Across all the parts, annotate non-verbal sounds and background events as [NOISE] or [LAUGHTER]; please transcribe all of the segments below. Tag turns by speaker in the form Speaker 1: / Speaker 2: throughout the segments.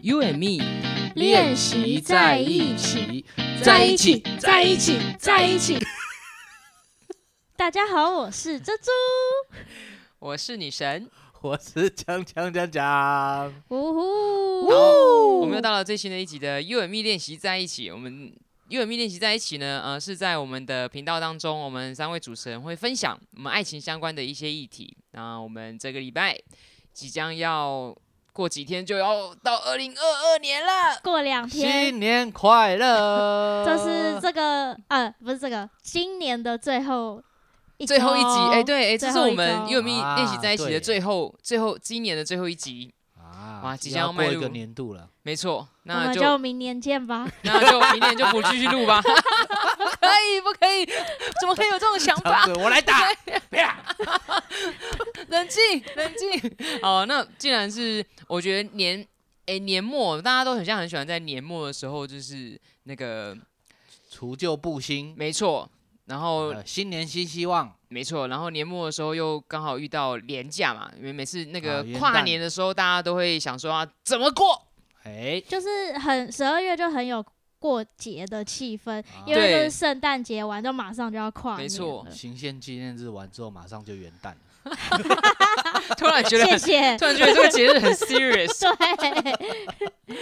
Speaker 1: You and me
Speaker 2: 练习在一起，
Speaker 1: 在一起，在一起，在一起。
Speaker 2: 大家好，我是珍珠。
Speaker 1: 我是女神，
Speaker 3: 我是锵锵锵锵，
Speaker 2: 呜呼！
Speaker 1: 我们又到了最新的一集的 You and me 练习在一起。我们 You and me 练习在一起呢，呃，是在我们的频道当中，我们三位主持人会分享我们爱情相关的一些议题。那我们这个礼拜即将要过几天就要到二零二二年了，
Speaker 2: 过两天，
Speaker 3: 新年快乐！
Speaker 2: 这是这个呃，不是这个，今年的最后一
Speaker 1: 最后一集，哎、
Speaker 2: 周
Speaker 1: 对，哎、这是
Speaker 2: 最后
Speaker 1: 我
Speaker 2: 一
Speaker 1: 们
Speaker 2: 周
Speaker 1: You and me 练习在一起
Speaker 3: 啊
Speaker 1: 的
Speaker 3: 对
Speaker 1: 最后、最后今年的最后一集，
Speaker 3: 啊
Speaker 1: 哇即
Speaker 3: 又
Speaker 1: 将
Speaker 3: 要
Speaker 1: 要
Speaker 3: 过
Speaker 1: 迈
Speaker 3: 一个
Speaker 1: 入
Speaker 3: 年度 [LAUGHS] 了，
Speaker 1: 没错。
Speaker 2: 我
Speaker 1: 那
Speaker 2: 们
Speaker 1: 就
Speaker 2: 就明年见吧。
Speaker 1: [LAUGHS]
Speaker 2: [LAUGHS]
Speaker 1: 那就明年就不继续录吧。不可以，不可以，怎么可以有这种想
Speaker 3: 张
Speaker 1: 法？
Speaker 3: 嘴
Speaker 1: [LAUGHS]
Speaker 3: 我来打，啪
Speaker 1: 冷静，冷静。
Speaker 2: [LAUGHS]
Speaker 1: 好，那既然是我觉得年诶、年末，大家都很像很喜欢在年末的时候，就是那个
Speaker 3: 除旧布新，
Speaker 1: 没错，然后
Speaker 3: 呃新年新希望，
Speaker 1: 没错，然后年末的时候又刚好遇到年假嘛，因为每次那个
Speaker 3: 啊元旦
Speaker 1: 跨年的时候，大家都会想说啊，怎么过？
Speaker 3: 哎，
Speaker 2: 就是很十二月就很有过节的气氛，
Speaker 3: 啊
Speaker 2: 因为就
Speaker 1: 对
Speaker 2: 是圣诞节完就马上就要跨年
Speaker 1: 没错
Speaker 2: 了。
Speaker 3: 行宪啊纪念日完之后，马上就元旦了，
Speaker 1: 突然觉得
Speaker 2: 谢
Speaker 1: 很，
Speaker 2: 谢。
Speaker 1: 突然觉得这个节日
Speaker 2: [LAUGHS]
Speaker 1: 很 serious。
Speaker 2: 对，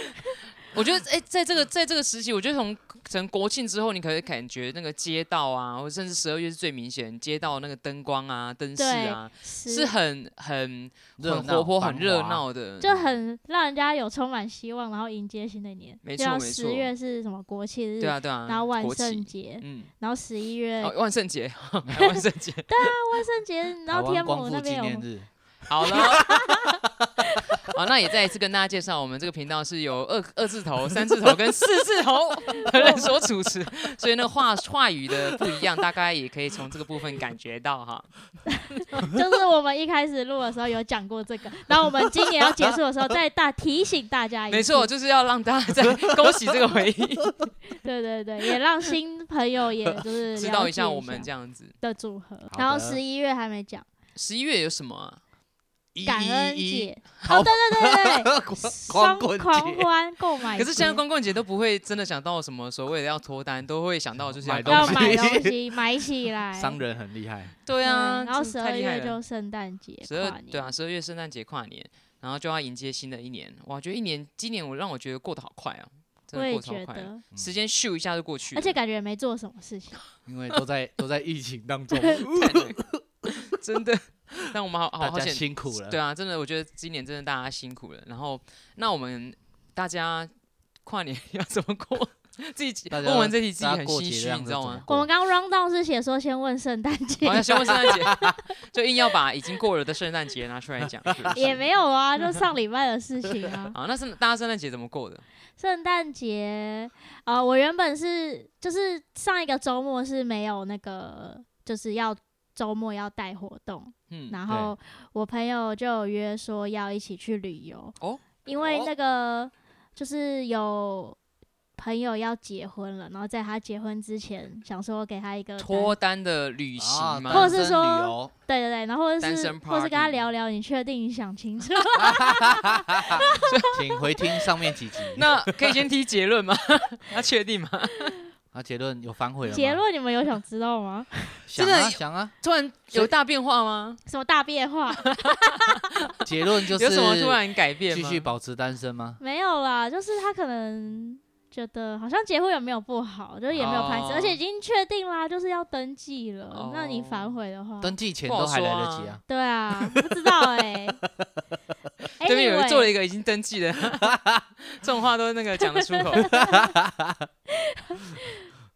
Speaker 1: 我觉得，哎、在这个在这个时期，我觉得从从国庆之后，你可以感觉那个街道啊，或者甚至十二月是最明显，街道那个灯光啊、灯饰啊， [LAUGHS] 是
Speaker 2: 是
Speaker 1: 很很
Speaker 3: 热
Speaker 1: 很
Speaker 3: 闹
Speaker 1: 活泼、很热，
Speaker 3: 繁华
Speaker 1: 闹的。
Speaker 2: 就很让人家有充满希望，然后迎接新的一年。
Speaker 1: 没
Speaker 2: 就
Speaker 1: 错
Speaker 2: 像
Speaker 1: 没错
Speaker 2: 十月是什么国庆日，
Speaker 1: 对啊，对啊。
Speaker 2: 然后万
Speaker 1: 国
Speaker 2: 圣
Speaker 1: 旗，
Speaker 2: 节，
Speaker 1: 嗯，
Speaker 2: 然后十一月、
Speaker 1: 哦，万圣节，还有万圣节， [LAUGHS]
Speaker 2: 万圣节，然
Speaker 3: 台
Speaker 2: 后天
Speaker 3: 湾光
Speaker 2: 母
Speaker 3: 复
Speaker 2: 那
Speaker 3: 纪
Speaker 2: 边
Speaker 3: 念
Speaker 2: 有
Speaker 3: 日，
Speaker 1: 好了。 [LAUGHS] 好，那也再一次跟大家介绍，我们这个频道是由二二字
Speaker 3: [LAUGHS]
Speaker 1: 头、三字头跟四字头 [LAUGHS] 的人所主持，所以那话话语的不一样，大概也可以从这个部分感觉到哈。
Speaker 2: 就是我们一开始录的时候有讲过这个，然后我们今年要结束的时候
Speaker 1: [LAUGHS]
Speaker 2: 再大提醒大家一次。
Speaker 1: 没错，，就是要让大
Speaker 2: [LAUGHS]
Speaker 1: 家再勾起这个回忆，
Speaker 2: 对对对，也让新朋友
Speaker 1: [LAUGHS]
Speaker 2: 也就是
Speaker 1: 知道
Speaker 2: 了
Speaker 1: 一
Speaker 2: 解
Speaker 1: 下我们这样子。
Speaker 2: 的组合。
Speaker 3: 的
Speaker 2: 然后十一月还没讲，
Speaker 1: 十一月有什么啊？
Speaker 3: 一
Speaker 2: 感恩
Speaker 3: 一一，
Speaker 2: 节，
Speaker 3: 好
Speaker 2: 哦，对对
Speaker 1: [LAUGHS]
Speaker 2: 对对对，双
Speaker 3: 狂光棍
Speaker 2: 狂
Speaker 3: 节，
Speaker 2: 欢购买节，
Speaker 1: 可是现在光棍节都不会真的想到什么所谓的要脱单，都会想到就是
Speaker 3: 买
Speaker 1: 东
Speaker 2: 要
Speaker 1: 西。 [LAUGHS]
Speaker 2: 买东西买起来，
Speaker 3: 商人很厉害，
Speaker 1: 对
Speaker 2: 对
Speaker 1: 啊，
Speaker 2: 嗯然后
Speaker 1: 真
Speaker 2: 十
Speaker 1: 的太
Speaker 2: 二
Speaker 1: 厉害
Speaker 2: 月
Speaker 1: 了。
Speaker 2: 就圣诞节，
Speaker 1: 十二
Speaker 2: 跨年
Speaker 1: 对啊，，十二月圣诞节跨年，然后就要迎接新的一年。哇，觉得一年今年我让我觉得过得好快哦，真
Speaker 2: 我
Speaker 1: 的
Speaker 2: 也
Speaker 1: 过得超
Speaker 2: 觉
Speaker 1: 快的，
Speaker 2: 得，
Speaker 1: 时间咻一下就过去了，
Speaker 2: 而且感觉也没做什么事情。
Speaker 3: 因为都在都在疫情
Speaker 1: [LAUGHS]
Speaker 3: 当中，
Speaker 1: [LAUGHS] 真的。但我们好好
Speaker 3: 大
Speaker 1: 哦好
Speaker 3: 家
Speaker 1: 险，
Speaker 3: 辛苦了，
Speaker 1: 对啊，真的，我觉得今年真的大家辛苦了。然后，那我们大家跨年 [LAUGHS] 要怎么过？自己
Speaker 3: [LAUGHS] 大家
Speaker 1: 问完这题自己
Speaker 3: 大家
Speaker 1: 很
Speaker 3: 过节
Speaker 1: 心
Speaker 3: 的
Speaker 1: 虚，
Speaker 3: 样
Speaker 1: 你
Speaker 3: 子
Speaker 1: 知道
Speaker 3: 怎
Speaker 1: 吗
Speaker 3: 么？过
Speaker 2: 我们刚 round down 是写说先问圣诞
Speaker 1: [LAUGHS]
Speaker 2: 节，
Speaker 1: 好像先问圣诞节， [LAUGHS] 就硬要把已经过了的圣诞节拿出来讲。是不是。
Speaker 2: [LAUGHS] 也没有啊，就上礼拜的事情啊
Speaker 1: [LAUGHS] 好，那是大家圣诞节怎么过的？
Speaker 2: 圣诞节，呃，我原本是就是上一个周末是没有那个，就是要周末要带活动，
Speaker 1: 嗯，
Speaker 2: 然后我朋友就有约说要一起去旅游。
Speaker 1: 哦，
Speaker 2: 因为
Speaker 1: 哦
Speaker 2: 那个就是有朋友要结婚了，然后在他结婚之前，想说给他一个单
Speaker 1: 脱单的旅
Speaker 3: 啊
Speaker 1: 行
Speaker 2: 或
Speaker 1: 吗
Speaker 2: 者？是
Speaker 3: 单身
Speaker 2: 说
Speaker 3: 旅游
Speaker 2: 对对对，然后或者
Speaker 1: 单
Speaker 2: 是
Speaker 1: 身
Speaker 2: 或是跟他
Speaker 1: party
Speaker 2: 聊聊，你确定你想
Speaker 1: [LAUGHS]
Speaker 2: 清楚？
Speaker 3: 请回听上面几集。
Speaker 1: 那可以先提结论吗？ [LAUGHS] 他确定吗？
Speaker 3: 啊，结论有反悔了吗？
Speaker 2: 结论你们有想知道吗？
Speaker 3: 想
Speaker 1: 真
Speaker 3: 啊
Speaker 1: 的
Speaker 3: 想啊，
Speaker 1: 突然有大变化吗？
Speaker 2: 什么大变化？
Speaker 3: 结论就是
Speaker 1: 有什么突然改变
Speaker 3: 继
Speaker 1: 吗？
Speaker 3: 续保持单身吗？
Speaker 2: 没有啦，就是他可能。觉得好像结婚也没有不好，就是也没有排斥
Speaker 1: 哦
Speaker 2: 而且已经确定啦，就是要登记了。
Speaker 1: 哦
Speaker 2: 那你反悔的话，
Speaker 3: 登记前
Speaker 1: 不好
Speaker 3: 都还来
Speaker 1: 说
Speaker 3: 得及
Speaker 1: 啊
Speaker 3: 啊，
Speaker 2: 对啊，不知道
Speaker 1: [LAUGHS]
Speaker 2: 哎、欸。
Speaker 1: 对面有人做了
Speaker 2: Anyway，
Speaker 1: 一个已经登记
Speaker 3: [LAUGHS]
Speaker 1: 的，这种话都那个讲得出口。 [LAUGHS]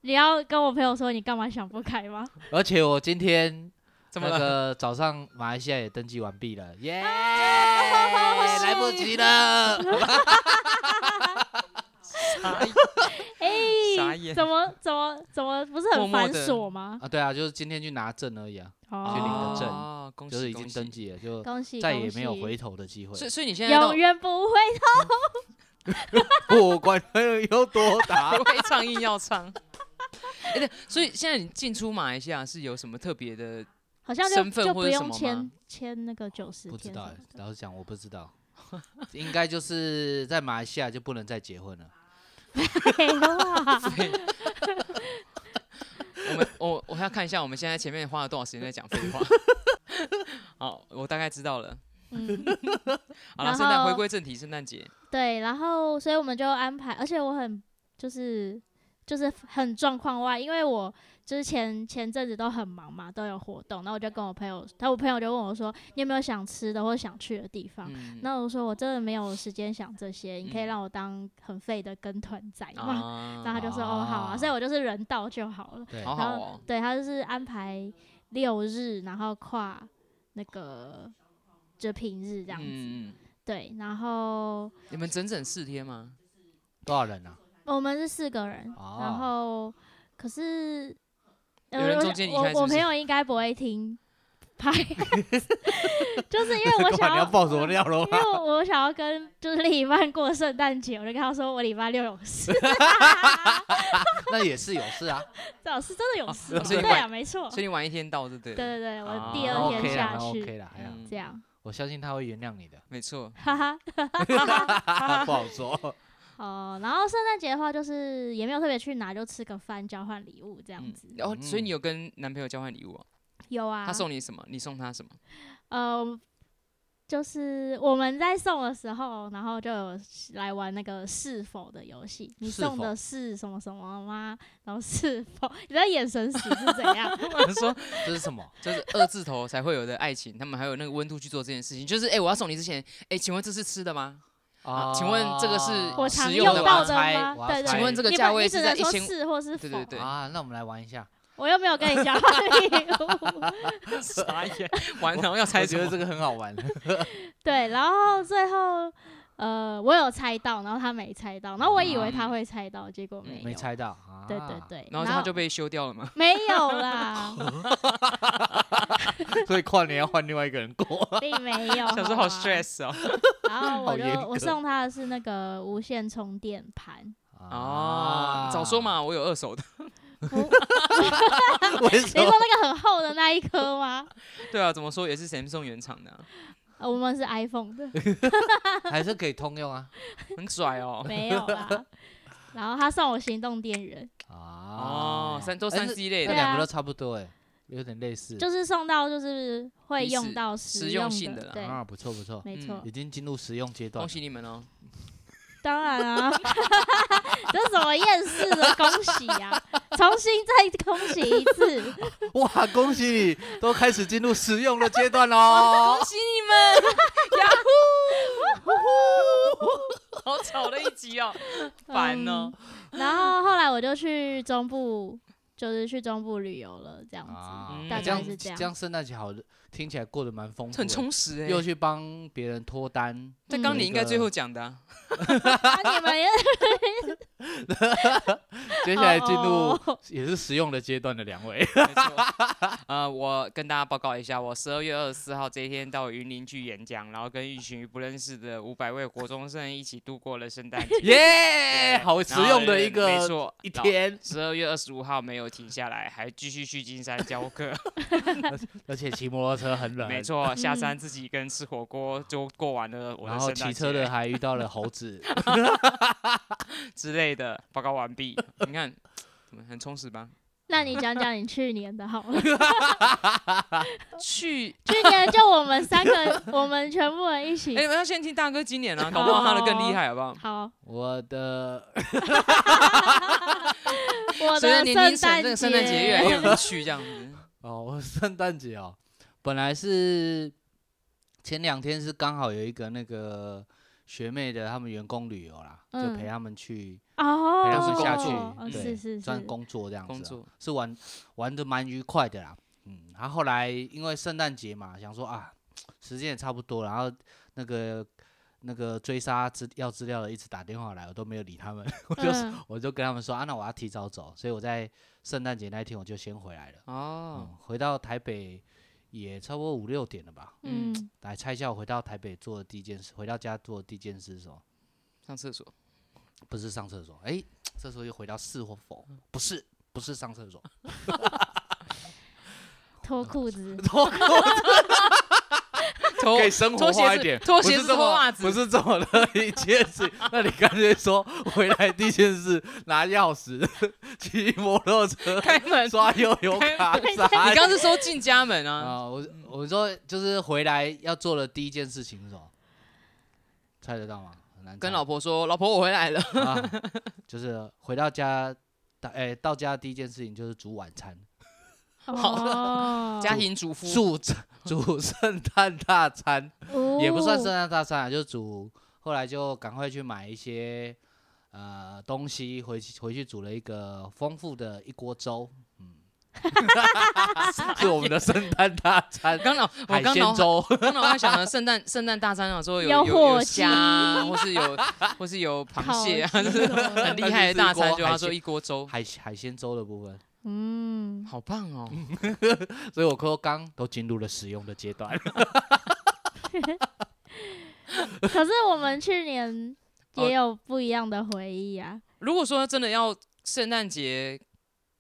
Speaker 2: 你要跟我朋友说你干嘛想不开吗？
Speaker 3: 而且我今天
Speaker 1: [LAUGHS] 怎么
Speaker 3: 那
Speaker 1: 了？
Speaker 3: 个早上马来西亚也登记完毕了，耶，
Speaker 1: 恭喜
Speaker 3: 来不及了，
Speaker 1: 傻眼
Speaker 2: [LAUGHS] 哎、
Speaker 1: 傻眼
Speaker 2: 怎么怎么怎么不是
Speaker 1: 默默
Speaker 2: 很繁
Speaker 1: 地
Speaker 2: 琐吗？
Speaker 3: [LAUGHS] 啊，对啊，就是今天去拿证而已啊，去领
Speaker 2: 哦
Speaker 3: 个，证
Speaker 1: 哦，恭喜
Speaker 3: 就是已经登。
Speaker 1: 恭
Speaker 3: 记了，就
Speaker 2: 恭喜，
Speaker 3: 再
Speaker 2: 恭
Speaker 3: 也没有
Speaker 2: 喜
Speaker 3: 回，头的机会
Speaker 1: 喜所。以所以你现在都
Speaker 2: 永远不会
Speaker 3: [LAUGHS] 不管朋友有多大，
Speaker 2: [LAUGHS]
Speaker 1: 不 [LAUGHS] 会唱硬要唱。哎，对，所以现在你进出马来西亚是有什么特别的？
Speaker 2: 好像就
Speaker 1: 身份
Speaker 2: 就
Speaker 1: 或
Speaker 2: 不
Speaker 1: 者什
Speaker 2: 用
Speaker 1: 么吗
Speaker 2: 签签那个九十
Speaker 3: 不知
Speaker 2: 天什
Speaker 3: 道
Speaker 2: 么
Speaker 3: 哎
Speaker 2: 的，
Speaker 3: 老实讲我不知道， [LAUGHS] 应该就是在马来西亚就不能再结婚了。
Speaker 1: 哎
Speaker 2: [LAUGHS] 废
Speaker 1: [LAUGHS]
Speaker 2: 话，
Speaker 1: 我们我我要看一下我们现在前面花了多少时间在讲废话。 [LAUGHS] 好，我大概知道了。
Speaker 2: 嗯，
Speaker 1: 好了，
Speaker 2: 然
Speaker 1: 圣诞回
Speaker 2: 后
Speaker 1: 归正题，圣诞节
Speaker 2: 对，然后所以我们就安排，而且我很就是就是很状况外，因为我之前前阵子都很忙嘛，都有活动，然后我就跟我朋友，然后我朋友就问我说，你有没有想吃的或想去的地方？
Speaker 1: 嗯
Speaker 2: 那我说我真的没有时间想这些，你可以
Speaker 1: 嗯
Speaker 2: 让我当很废的跟团仔吗？
Speaker 1: 啊
Speaker 2: 然后他就说哦好啊，所以我就是人到就好了。
Speaker 3: 对
Speaker 1: 好好
Speaker 2: 然后
Speaker 1: 哦，
Speaker 2: 对他就是安排六日，然后跨那个就平日这样子。
Speaker 1: 嗯，嗯
Speaker 2: 对，然后
Speaker 1: 嗯你们整整四天吗？
Speaker 3: 多少人啊？
Speaker 2: 我们是四个人，
Speaker 3: 哦
Speaker 2: 然后可是呃
Speaker 1: 有人
Speaker 2: 我
Speaker 1: 中
Speaker 2: 想
Speaker 1: 间离
Speaker 2: 我
Speaker 1: 开是
Speaker 2: 我
Speaker 1: 不是
Speaker 2: 朋友应该不会听拍， [LAUGHS] 就是因为我
Speaker 3: [LAUGHS] 干嘛
Speaker 2: 想
Speaker 3: 你要爆什么料喽
Speaker 2: 因？ [LAUGHS] 为我我想要跟就是另一半过圣诞节，我就跟他说我礼拜六有事， [LAUGHS]
Speaker 3: 那也是有事啊。
Speaker 2: 最好是真的有事，
Speaker 1: 哦所以
Speaker 2: 对
Speaker 1: 你
Speaker 2: 啊，没错，
Speaker 1: 所以你晚一天到就对
Speaker 2: 对
Speaker 1: 了。
Speaker 2: 对对，我
Speaker 1: 哦
Speaker 2: 第
Speaker 3: 那
Speaker 2: 二
Speaker 3: OK
Speaker 2: 天
Speaker 3: 啦
Speaker 2: 下
Speaker 3: 那
Speaker 2: 去
Speaker 3: ，OK 啦，还哎好，
Speaker 1: 嗯，
Speaker 2: 这，样，
Speaker 3: 我相信他会原谅你的
Speaker 1: 没错。
Speaker 2: 哈哈。
Speaker 3: 不好 [LAUGHS] 说。
Speaker 2: 哦，然后圣诞节的话，就是也没有特别去哪，就吃个饭，交换礼物这样
Speaker 1: 嗯
Speaker 2: 子。，
Speaker 1: 然后所以
Speaker 3: 嗯
Speaker 1: 你有跟男朋友交换礼物啊？
Speaker 2: 有啊，
Speaker 1: 他送你什么？你送他什么？ [LAUGHS]
Speaker 2: 呃，就是我们在送的时候，然后就有来玩那个是否的游戏。你
Speaker 3: 是
Speaker 2: 送
Speaker 3: 否
Speaker 2: 的是什么什么吗？然后是否？你的眼神死是怎样？ [LAUGHS]
Speaker 3: 哦
Speaker 1: 我说
Speaker 3: [LAUGHS] 这是什么？
Speaker 1: 这是二字头才会有的爱情，他们还有那个温度去做这件事情。就是哎，我要送你之前，哎，请问这是吃的吗？啊请问这个是
Speaker 3: [LAUGHS]
Speaker 2: 我
Speaker 1: 实
Speaker 2: 常
Speaker 1: 用
Speaker 2: 用
Speaker 1: 的吧
Speaker 2: 到的
Speaker 3: 我要
Speaker 2: 吗？对
Speaker 3: 猜我要
Speaker 2: 对，
Speaker 1: 请
Speaker 3: 猜
Speaker 1: 问这个
Speaker 2: 你
Speaker 1: 价
Speaker 2: 不
Speaker 1: 位
Speaker 2: 你
Speaker 1: 是
Speaker 2: 只
Speaker 1: 在
Speaker 2: 能
Speaker 1: 一
Speaker 2: 说
Speaker 1: 千？
Speaker 2: 是或是否？
Speaker 1: 对对对，
Speaker 3: 啊，那我们来玩一下。
Speaker 2: 我又没有跟你交换礼
Speaker 1: [LAUGHS]
Speaker 2: 物。
Speaker 1: 傻眼， [LAUGHS] 完了要猜
Speaker 3: 我
Speaker 1: 什
Speaker 3: 觉得
Speaker 1: 么
Speaker 3: 这？个很好玩。
Speaker 2: [LAUGHS] 对，然后最后呃，我有猜到，然后他没猜到，然后我以为他会猜到，结果没
Speaker 1: 啊嗯
Speaker 2: 有
Speaker 3: [LAUGHS] 没。猜到啊？
Speaker 2: 对
Speaker 3: [LAUGHS]
Speaker 2: 对对，
Speaker 1: 然后他就被休掉了嘛？
Speaker 2: 没
Speaker 1: [LAUGHS]
Speaker 2: 有啦，
Speaker 3: 对，所以跨年要换另外一个人过。
Speaker 2: 并没有。
Speaker 1: 想说好
Speaker 2: 吗
Speaker 1: stress 哦。
Speaker 2: 然后
Speaker 3: 好
Speaker 2: 我就
Speaker 3: 严
Speaker 2: 我
Speaker 3: 格
Speaker 2: 送他的是那个无线充电
Speaker 1: [LAUGHS]
Speaker 2: 盘，
Speaker 3: 啊
Speaker 1: 哦，早说！嘛，我有二手的。
Speaker 3: [LAUGHS]
Speaker 1: [LAUGHS]
Speaker 3: 为
Speaker 2: 你
Speaker 3: 什
Speaker 2: 说
Speaker 3: 么？
Speaker 2: 那个很厚的那一颗吗？
Speaker 1: 对啊，怎么说也是 Samsung 原厂的啊，
Speaker 2: 呃我们是 iPhone 的，
Speaker 3: 还是可以通
Speaker 1: [LAUGHS]
Speaker 3: 用啊？
Speaker 1: 很拽哦。
Speaker 2: 没有啦。然后他送我行动电源，
Speaker 1: 哦，三都三
Speaker 3: 啊哎
Speaker 1: C 类
Speaker 3: 那
Speaker 1: 的
Speaker 2: 对啊
Speaker 3: 两个都差不多哎，有点类似。
Speaker 2: 就是送到就是会
Speaker 1: 你
Speaker 2: 用
Speaker 1: 是
Speaker 2: 到
Speaker 1: 实用
Speaker 2: 用
Speaker 1: 性的啦
Speaker 2: 对，
Speaker 3: 啊，不错不错，
Speaker 2: 没
Speaker 1: 嗯
Speaker 2: 错 [LAUGHS]
Speaker 3: 已，经进入实用阶段了。
Speaker 1: 恭喜你们哦。
Speaker 2: 当然啊， [LAUGHS] 这是什么厌世的恭喜啊！ [LAUGHS] 重新再恭喜一
Speaker 1: [LAUGHS]
Speaker 2: 次，嗯
Speaker 3: 哇，恭喜你都开始进入实用的阶段哦喽！
Speaker 1: [LAUGHS] 恭喜你们，呀呼！好吵的一集哦，烦哦。
Speaker 2: 嗯。然后后来我就去中部，就是去中部旅游了，这样子。
Speaker 3: 啊，
Speaker 1: 嗯大
Speaker 3: 这样
Speaker 1: 概
Speaker 2: 是这样
Speaker 3: 这样圣诞节好的，听起来过得蛮丰富
Speaker 1: 很
Speaker 3: 的，
Speaker 1: 充实哎、
Speaker 3: 又去帮别人脱单，
Speaker 1: 但
Speaker 2: 嗯
Speaker 1: 刚你应该
Speaker 3: 那个
Speaker 1: 最后讲的啊、
Speaker 2: 啊
Speaker 1: [LAUGHS]
Speaker 2: 你们也
Speaker 3: 接下来进入
Speaker 2: 哦
Speaker 3: 也是实用的阶段的两
Speaker 2: [LAUGHS]
Speaker 3: 位。
Speaker 1: 没错。呃，我跟大家报告一下，我十二月二十四号这一天到云林去演讲，然后跟一群不认识的五百位国中生一起度过了圣诞节。
Speaker 3: [LAUGHS] 耶，好实用的一
Speaker 1: 然后没
Speaker 3: 个
Speaker 1: 错，
Speaker 3: 一。天，
Speaker 1: 十二月二十五号没有停下来，还继续去金山教课。
Speaker 3: 而且骑摩托车很冷，
Speaker 1: 没。错，下山自己一个人吃火锅就过完了我的
Speaker 3: 然后
Speaker 1: 圣诞
Speaker 3: 骑车
Speaker 1: 节
Speaker 3: 的还遇到了猴
Speaker 1: [LAUGHS]
Speaker 3: 子，
Speaker 1: 之类的。报告完毕，你看，怎么很充实吧？
Speaker 2: 那你讲讲你去年的好了。
Speaker 1: 去，
Speaker 2: 去年就我们三
Speaker 1: [LAUGHS]
Speaker 2: 个，我们全部人一起
Speaker 1: 哎、。你们要先听大哥今年啊，搞不好他的更厉害，好不好？
Speaker 2: 好，
Speaker 3: 我的
Speaker 2: 我
Speaker 1: 随着
Speaker 2: 的
Speaker 1: 年龄
Speaker 2: 圣
Speaker 1: 层，
Speaker 2: 诞
Speaker 1: 这个圣诞
Speaker 2: 节，哦
Speaker 1: 节越来越无趣，这样
Speaker 3: [LAUGHS]
Speaker 1: 子。
Speaker 3: 哦，我圣诞节哦，本来是前两天是刚好有一个那个学妹的他们员工旅游啦，就
Speaker 2: 嗯
Speaker 3: 陪他们去
Speaker 2: 哦，
Speaker 3: 陪他们下去
Speaker 2: 哦
Speaker 3: 对
Speaker 2: 是是
Speaker 3: 算
Speaker 2: 是，
Speaker 1: [LAUGHS]
Speaker 3: 工作这样
Speaker 1: 工
Speaker 3: 子啊、
Speaker 1: 作
Speaker 3: 是玩玩的蛮愉快的啦。嗯，然后后来因为圣诞节嘛，想说啊，时间也差不多了，然后那个那个追杀资要资料的一直打电话来，我都没有理他们， [LAUGHS] 我就、
Speaker 2: 嗯
Speaker 3: 我就跟他们说啊，那我要提早走，所以我在圣诞节那一天我就先回来了。
Speaker 1: 哦，
Speaker 3: 嗯，回到台北也差不多五六点了吧。
Speaker 2: 嗯，
Speaker 3: 来猜一下，我回到台北做的第一件事，回到家做的第一件事是什么？
Speaker 1: 上厕 [LAUGHS] 所，
Speaker 3: 不是上厕所，哎、这时候又回到是或否，不是，不是上厕所，
Speaker 1: [LAUGHS]
Speaker 3: [LAUGHS]
Speaker 2: 脱裤子，
Speaker 3: 脱裤
Speaker 1: 头
Speaker 3: 可以生活化一点，
Speaker 1: 拖
Speaker 3: 不
Speaker 1: 鞋
Speaker 3: 是
Speaker 1: 子
Speaker 3: 这
Speaker 1: 拖
Speaker 3: 么
Speaker 1: 袜子
Speaker 3: 不是这么的一件事。那你干脆说回来第一件事拿钥匙，骑摩托车，
Speaker 1: 开门。
Speaker 3: 刷悠游卡，啥
Speaker 1: [LAUGHS] 你刚刚是说进家门啊？
Speaker 3: 啊，我我说就是回来要做的第一件事情是什么？猜得到吗？很难猜。
Speaker 1: 跟老婆说，老婆我回来了。
Speaker 3: 啊，就是回到家，到哎、到家第一件事情就是煮晚餐，
Speaker 2: 哦，
Speaker 1: 家庭主妇
Speaker 3: 煮 [LAUGHS] 煮圣诞大餐，也不算圣
Speaker 2: 哦
Speaker 3: 诞大餐啊，就煮。后来就赶快去买一些呃东西，回去回去煮了一个丰富的一锅粥，嗯， [LAUGHS] 是我们的圣诞大餐，
Speaker 1: 刚脑我
Speaker 3: 海
Speaker 1: 刚脑
Speaker 3: 鲜粥。
Speaker 1: 刚脑还想了圣诞圣诞大餐的时候有
Speaker 2: 有
Speaker 1: 有
Speaker 2: 火
Speaker 1: 有
Speaker 2: 鸡
Speaker 1: 虾啊，
Speaker 3: [LAUGHS]
Speaker 1: 或是有或是有螃蟹啊，
Speaker 2: 烤
Speaker 1: 就
Speaker 2: 鸡
Speaker 1: 是
Speaker 2: 什么的
Speaker 1: 很厉害的大
Speaker 3: [LAUGHS]
Speaker 1: 餐，就他
Speaker 3: 它是
Speaker 1: 说一
Speaker 3: 一锅海鲜
Speaker 1: 锅粥，
Speaker 3: 海海鲜粥的部分，
Speaker 2: 嗯，
Speaker 1: 好棒哦！
Speaker 3: 所以我说刚都进入了使用的阶段。 [LAUGHS]
Speaker 2: 可是我们去年
Speaker 1: [LAUGHS] 哦
Speaker 2: 也有不一样的回忆啊。
Speaker 1: 如果说真的要圣诞节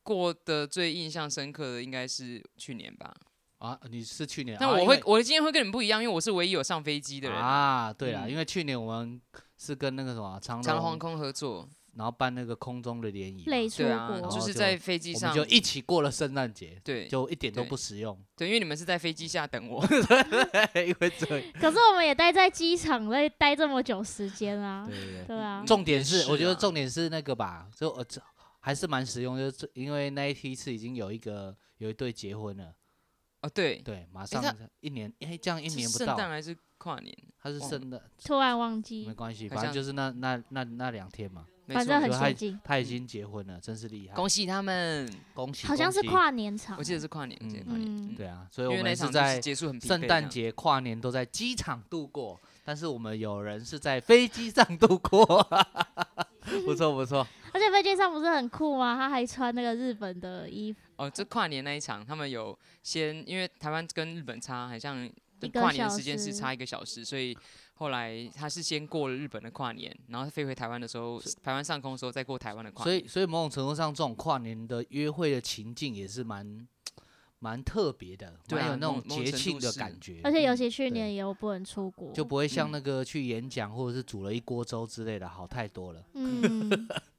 Speaker 1: 过得最印象深刻的，应该是去年吧。
Speaker 3: 啊，你是去年？
Speaker 1: 但
Speaker 3: 啊
Speaker 1: 我
Speaker 3: 因
Speaker 1: 会
Speaker 3: 为
Speaker 1: 我的经验会跟你们不一样，因为我是唯一有上飞机的人。
Speaker 3: 啊，对啦，
Speaker 1: 嗯
Speaker 3: 因为去年我们是跟那个什么长
Speaker 1: 长
Speaker 3: 隆，
Speaker 1: 龙航空合作，
Speaker 3: 然后办那个空中的联谊嘛，
Speaker 2: 类似
Speaker 1: 对啊
Speaker 2: 出，国
Speaker 1: 就是
Speaker 3: 然后就
Speaker 1: 在飞机
Speaker 3: 我们
Speaker 1: 上，
Speaker 3: 就一起过了圣诞节，
Speaker 1: 对
Speaker 3: 就一点都
Speaker 1: 对
Speaker 3: 不实用， [LAUGHS]
Speaker 1: 对，因为你们是在飞机下等我，
Speaker 3: 因为这对
Speaker 2: 可是我们也待在机场待待这么久时间啊，
Speaker 3: 对对。
Speaker 2: 对啊，
Speaker 3: 重点
Speaker 1: 也
Speaker 3: 是，
Speaker 1: 是
Speaker 3: 我觉得
Speaker 1: 啊
Speaker 3: 重点是那个吧，就呃这还是蛮实用，就是这因为那一批次已经有一个有一对结婚了，
Speaker 1: 哦，对，
Speaker 3: 对，
Speaker 1: 诶
Speaker 3: 马上
Speaker 1: 他
Speaker 3: 一年，哎，这样 [LAUGHS] 一
Speaker 1: 是
Speaker 3: 年不
Speaker 1: 圣
Speaker 3: 到，
Speaker 1: 诞还是跨年，
Speaker 3: 他是
Speaker 1: 忘
Speaker 3: 圣诞，
Speaker 2: 突然忘
Speaker 3: 没
Speaker 2: 记，
Speaker 3: 关系，
Speaker 1: 哦好
Speaker 3: 反正
Speaker 1: 像
Speaker 3: 就是那那那那两天嘛，
Speaker 1: 没
Speaker 2: 反正
Speaker 1: 错，
Speaker 2: 很
Speaker 3: 就还
Speaker 2: 先进，
Speaker 3: 他已经结婚了，真是厉害，
Speaker 1: 恭喜他们，
Speaker 3: 恭喜，
Speaker 2: 好像是
Speaker 3: 恭喜
Speaker 2: 跨年场
Speaker 1: 我，记得是跨年，我记得跨年，
Speaker 2: 嗯，
Speaker 3: 对啊，所以
Speaker 1: 因
Speaker 3: 我
Speaker 1: 为那
Speaker 3: 们
Speaker 1: 场
Speaker 3: 是
Speaker 1: 就是
Speaker 3: 在
Speaker 1: 结束很疲惫
Speaker 3: 圣诞节、跨年都在机场度过，但是我们有人是在飞机上度过， [LAUGHS] 不错不错，
Speaker 2: 而且飞机上不是很酷吗？他还穿那个日本的衣服，
Speaker 1: 这样哦，这跨年那一场，他们有先，因为台湾跟日本差，好像
Speaker 2: 一个
Speaker 1: 跨年
Speaker 2: 小
Speaker 1: 时间是
Speaker 2: 时
Speaker 1: 差一个小时，所以后来他是先过了日本的跨年，然后飞回台湾的时候，台湾上空的时候再过台湾的跨
Speaker 3: 所
Speaker 1: 年，
Speaker 3: 以所以某种程度上，这种跨年的约会的情境也是蛮蛮特别的，
Speaker 1: 对
Speaker 3: 蛮
Speaker 1: 啊
Speaker 3: 有那
Speaker 1: 某
Speaker 3: 种
Speaker 1: 某
Speaker 3: 节
Speaker 1: 程
Speaker 3: 庆
Speaker 1: 度
Speaker 3: 的
Speaker 1: 是
Speaker 3: 感觉，
Speaker 2: 而且尤其去
Speaker 3: 对
Speaker 2: 年也有不能出国，
Speaker 3: 就不会像
Speaker 1: 嗯
Speaker 3: 那个去演讲或者是煮了一锅粥之类的好太多了。
Speaker 2: 嗯，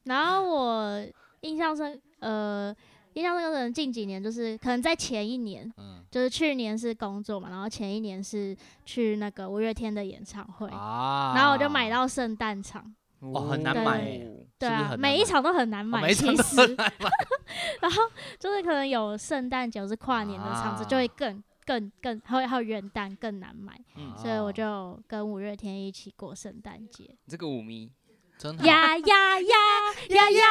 Speaker 2: 然后我印象深，呃，印象深刻的人近几年就是可能在前一年，
Speaker 3: 嗯
Speaker 2: 就是去年是工作嘛，然后前一年是去那个五月天的演唱会，
Speaker 3: 啊
Speaker 2: 然后我就买到圣诞场，
Speaker 3: 哦很难
Speaker 2: 对
Speaker 3: 买
Speaker 1: 哦
Speaker 3: 耶
Speaker 2: 对
Speaker 3: 是不是
Speaker 2: 啊，
Speaker 3: 很难
Speaker 2: 每一
Speaker 3: 买哦
Speaker 2: 场都很难买，
Speaker 3: 每一场
Speaker 2: 其
Speaker 3: 都
Speaker 2: 实， [LAUGHS] 然后就是可能有圣诞节或是跨年的场子，就会
Speaker 3: 啊
Speaker 2: 更更更，还有还有元旦更难买，
Speaker 1: 嗯
Speaker 2: 所以我
Speaker 3: 哦
Speaker 2: 就跟五月天一起过圣诞
Speaker 3: [LAUGHS]
Speaker 2: 节，
Speaker 1: 这个舞迷， [LAUGHS]
Speaker 3: 真好
Speaker 2: 呀呀呀呀呀，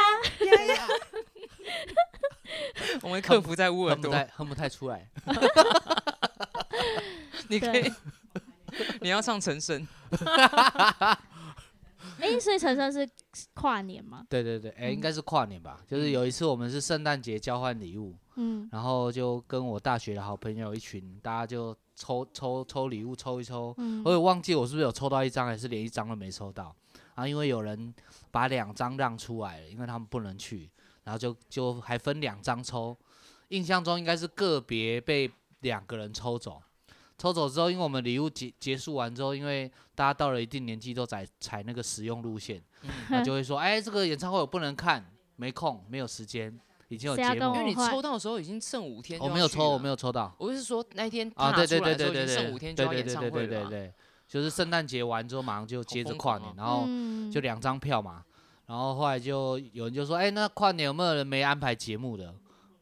Speaker 1: 我们客服在乌尔
Speaker 3: 哼不
Speaker 1: 多， [LAUGHS]
Speaker 3: 太哼不太出来。
Speaker 1: [LAUGHS] 你可
Speaker 2: 对
Speaker 1: 以，你要唱陈升，
Speaker 2: 哎、所以陈生是跨年嘛？
Speaker 3: 对对对，哎、
Speaker 2: 嗯
Speaker 3: 应该是跨年吧？就是
Speaker 1: 嗯
Speaker 3: 有一次我们是圣诞节交换礼物，
Speaker 2: 嗯，
Speaker 3: 然后就跟我大学的好朋友一群，大家就抽抽抽礼物抽一抽，
Speaker 2: 嗯
Speaker 3: 我也忘记我是不是有抽到一张，还是连一张都没抽到。啊，因为有人把两张让出来了，因为他们不能去，然后就就还分两张抽。印象中应该是个别被两个人抽走，抽走之后，因为我们礼物结结束完之后，因为大家到了一定年纪都采采那个实用路线，
Speaker 2: 嗯
Speaker 3: 那就会说，哎，这个演唱会我不能看，没空，没有时间，已经有
Speaker 2: 谁要
Speaker 3: 节
Speaker 2: 跟
Speaker 3: 目
Speaker 1: 因
Speaker 2: 我
Speaker 1: 为你
Speaker 2: 哦换
Speaker 1: 抽到的时候已经剩五天，
Speaker 3: 哦我没有抽，我没
Speaker 1: 有，
Speaker 3: 有抽到
Speaker 1: 我是说那一天
Speaker 3: 啊！
Speaker 1: 踏
Speaker 3: 对
Speaker 1: 出
Speaker 3: 对
Speaker 1: 来
Speaker 3: 对
Speaker 1: 的时候已经
Speaker 3: 对对对，
Speaker 1: 剩五天就要
Speaker 3: 对
Speaker 1: 演
Speaker 3: 对
Speaker 1: 唱
Speaker 3: 对
Speaker 1: 会
Speaker 3: 对
Speaker 1: 了
Speaker 3: 对
Speaker 1: 啊，
Speaker 3: 对，就是圣诞节完之后马上就接着
Speaker 1: 疯
Speaker 3: 跨
Speaker 1: 狂
Speaker 3: 年
Speaker 1: 哦，
Speaker 3: 然后
Speaker 2: 嗯
Speaker 3: 就两张票嘛，然后后来就有人就说，哎，那跨年有没有人没安排节目的？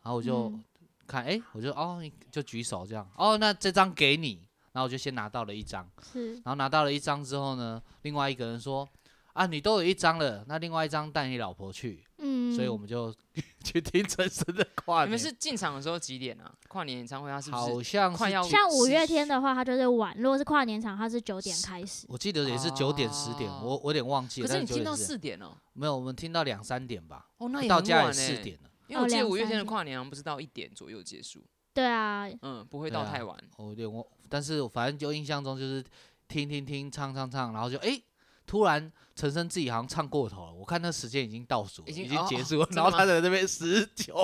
Speaker 3: 然后我就
Speaker 2: 嗯
Speaker 3: 看，哎，我就哦，就举手这样，哦，那这张给你，然后我就先拿到了一张，
Speaker 2: 是
Speaker 3: 然后拿到了一张之后呢，另外一个人说，啊，你都有一张了，那另外一张带你老婆去，
Speaker 2: 嗯，
Speaker 3: 所以我们就 [LAUGHS] 去听陈升的跨
Speaker 1: 你
Speaker 3: 年，
Speaker 1: 们是进场的时候几点啊？跨年演唱会它是不是
Speaker 3: 好像
Speaker 1: 快
Speaker 3: 是
Speaker 1: 要
Speaker 2: 像五月
Speaker 1: 是
Speaker 2: 天的话，它就是晚，如果是跨年场，它是九点开始。
Speaker 3: 我记得也是九点十点，
Speaker 1: 哦
Speaker 3: 我我有点忘记
Speaker 1: 可
Speaker 3: 了。
Speaker 1: 是你
Speaker 3: 但9
Speaker 1: 听到
Speaker 3: 点10
Speaker 1: 四点哦，
Speaker 3: 没有？我们听到两三点吧，啊
Speaker 1: 哦，那也
Speaker 3: 到
Speaker 1: 很
Speaker 3: 家也
Speaker 1: 晚
Speaker 3: 四
Speaker 1: 欸，
Speaker 3: 点了。
Speaker 1: 因为我
Speaker 2: 哦
Speaker 1: 记得
Speaker 2: 两
Speaker 1: 五月天的
Speaker 2: 三点
Speaker 1: 跨年好像不是到一点左右结束，
Speaker 2: 对啊，
Speaker 1: 嗯，不会
Speaker 3: 对
Speaker 1: 到
Speaker 3: 啊
Speaker 1: 太晚。
Speaker 3: 我有点忘，但是我反正就印象中就是听听听唱唱唱，然后就哎、突然陈升自己好像唱过头了。我看那时间已经倒数了，
Speaker 1: 已
Speaker 3: 已
Speaker 1: 经
Speaker 3: 经
Speaker 1: 哦
Speaker 3: 结
Speaker 1: 哦
Speaker 3: 束了，
Speaker 1: 真的
Speaker 3: 然后
Speaker 1: 吗
Speaker 3: 他在那边十九，